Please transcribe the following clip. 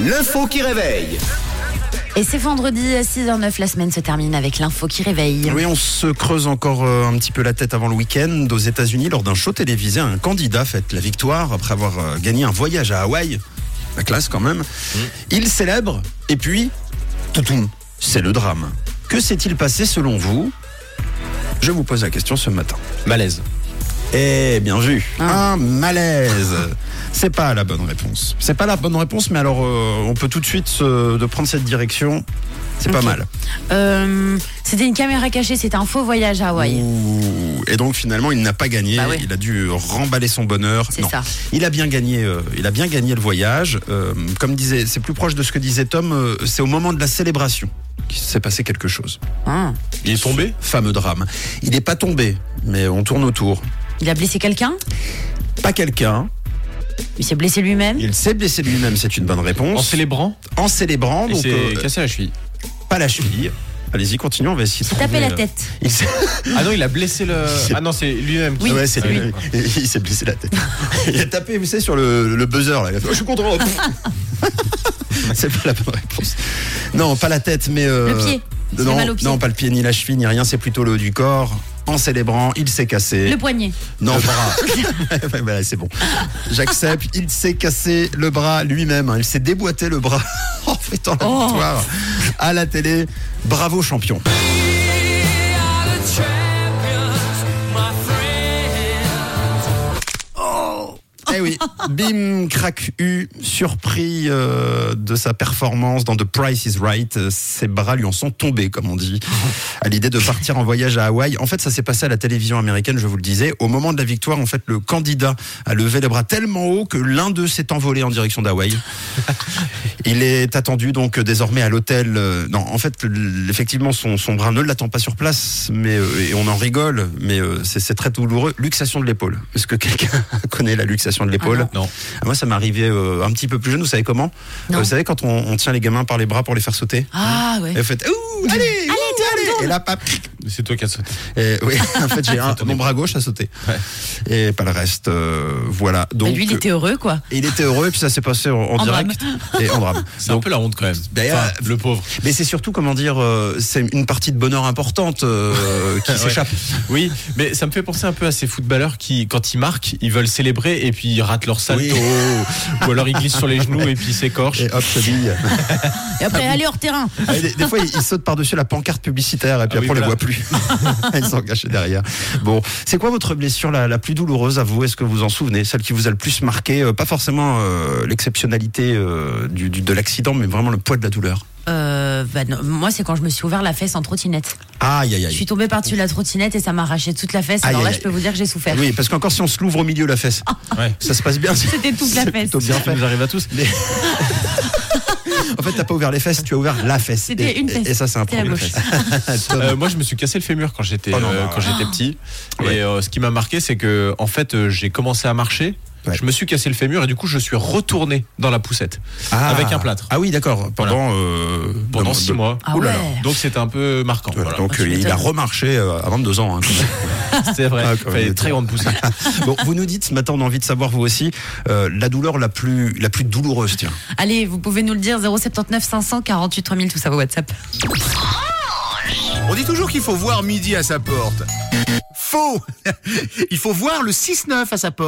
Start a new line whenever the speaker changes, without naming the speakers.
L'info qui réveille.
Et c'est vendredi à 6h09, la semaine se termine avec l'info qui réveille.
Oui, on se creuse encore euh, un petit peu la tête avant le week-end. Aux États-Unis, lors d'un show télévisé, un candidat fête la victoire après avoir euh, gagné un voyage à Hawaï. La classe quand même. Il célèbre et puis, toutoum, c'est le drame. Que s'est-il passé selon vous Je vous pose la question ce matin.
Malaise.
Eh bien vu, un malaise. C'est pas la bonne réponse. C'est pas la bonne réponse, mais alors euh, on peut tout de suite se- de prendre cette direction. C'est pas
Ok.
mal.
Euh, c'était une caméra cachée, c'était un faux voyage à
Mmh.
Hawaï.
Ouh. Et donc finalement, il n'a pas gagné.
Bah oui.
Il a dû remballer son bonheur.
C'est
Non.
ça.
Il a bien gagné. euh, il a bien gagné le voyage. Euh, comme disait, c'est plus proche de ce que disait Tom. euh, c'est au moment de la célébration qu'il s'est passé quelque chose.
Hein.
Il est tombé
Fameux drame. Il n'est pas tombé, mais on tourne autour.
Il a blessé quelqu'un
Pas quelqu'un.
Il s'est blessé lui-même
Il s'est blessé lui-même. C'est une bonne réponse.
en célébrant.
En célébrant,
Il
donc
s'est
euh,
cassé la cheville.
pas la cheville. Allez-y, continuons. On va essayer. de
Il s'est
trouver,
tapé la
euh,
tête.
Il s'est
Ah non, il a blessé le. Ah non, c'est lui-même. qui-
Ouais, c'est
Ah
lui. Il s'est blessé la tête. Il a tapé, vous savez, sur le, le buzzer. Là. Il a fait, Oh, je suis content. c'est pas la bonne réponse. Non, pas la tête, mais. euh,
Le pied. Il s'est
Non,
mal au pied.
non, pas le pied, ni la cheville, ni rien. C'est plutôt le haut du corps. En célébrant, il s'est cassé.
Le poignet.
Non, le bras. Ouais, ouais, c'est bon. J'accepte. Il s'est cassé le bras lui-même. hein. Il s'est déboîté le bras en fêtant la
Oh.
victoire à la télé. Bravo champion. Eh oui, bim, crack U, surpris euh, de sa performance dans The Price is Right, euh, ses bras lui en sont tombés, comme on dit, à l'idée de partir en voyage à Hawaï. En fait, ça s'est passé à la télévision américaine, je vous le disais. Au moment de la victoire, en fait, le candidat a levé les bras tellement haut que l'un d'eux s'est envolé en direction d'Hawaï. Il est attendu donc désormais à l'hôtel. euh, Non, en fait, l- effectivement, son, son bras ne l'attend pas sur place, mais euh, et on en rigole, mais euh, c'est c'est très douloureux. Luxation de l'épaule. Est-ce que quelqu'un connaît la luxation de l'épaule
non. Non.
Ah, Moi, ça m'est arrivé euh, un petit peu plus jeune. Vous savez comment
Non.
Euh, Vous savez quand on, on tient les gamins par les bras pour les faire sauter
Ah ouais.
Et vous faites ouh, allez, ouh, allez, Et là, pap,
C'est toi qui as sauté.
et oui, en fait, j'ai un, mon bras gauche à sauter. Et pas le reste. euh, voilà.
Bah,
Donc, euh,
lui, il était heureux, quoi.
et il était heureux, et puis ça s'est passé en, en
En
direct. Et en drame.
C'est un peu la honte quand même.
D'ailleurs,
Enfin, le pauvre.
Mais c'est surtout, comment dire, euh, c'est une partie de bonheur importante euh, qui
Ouais.
s'échappe.
Oui, mais ça me fait penser un peu à ces footballeurs qui, quand ils marquent, ils veulent célébrer et puis ils ratent leur salto. Ou alors ils glissent sur les genoux et puis ils s'écorchent.
Et hop, se bille.
Et
Ah
après, allez hors terrain.
Ouais, des, des fois, ils, ils sautent par-dessus la pancarte publicitaire et puis
Ah oui,
après, on les
voilà.
voit plus. ils sont cachés derrière. Bon, c'est quoi votre blessure la, la plus douloureuse à vous Est-ce que vous en souvenez Celle qui vous a le plus marqué euh, Pas forcément euh, l'exceptionnalité euh, du, du- de l'accident, mais vraiment le poids de la douleur.
Euh, bah, non, Moi, c'est quand je me suis ouvert la fesse en trottinette.
Aïe, aïe,
Je
aïe.
suis tombée par-dessus la trottinette et ça m'a arraché toute la fesse.
Aïe,
Alors là,
aïe,
je peux vous dire que j'ai souffert.
Oui, parce qu'encore si on se l'ouvre au milieu la fesse,
Ah.
Ouais.
ça se passe bien. c'est-
C'était toute la
c'est
fesse.
plutôt bien
Ça
fait.
nous arrive à tous.
Mais- en fait, t'as pas ouvert les fesses, tu as ouvert la fesse.
C'était
Et-
une fesse.
Et, et ça, c'est un
C'était la
problème.
gauche.
Tom.
Euh, moi, je me suis cassé le fémur quand j'étais
Oh non,
euh,
bah,
quand j'étais petit.
Ouais.
Et euh, ce qui m'a marqué, c'est que en fait, euh, j'ai commencé à marcher.
Ouais.
Je me suis cassé le fémur et du coup, je suis retourné dans la poussette
Ah.
avec un plâtre
Ah oui, d'accord. Pendant euh,
pendant
de-
six
de-
mois.
Ah
Ouh là là.
ouais.
Donc c'était un peu marquant.
Voilà,
voilà.
donc
Ah, tu
euh, il a
m'étonnes.
remarché euh, à 22 ans. hein, quand même.
C'est vrai.
Ah,
Il
quand
fallait
même.
des très grande poussée.
bon, vous nous dites ce matin, on a envie de savoir vous aussi euh, la douleur la plus la plus douloureuse. Tiens,
Allez, vous pouvez nous le dire 079 500 48 3000, tout ça vos WhatsApp.
On dit toujours qu'il faut voir midi à sa porte. Faux Il faut voir le 6-9 à sa porte.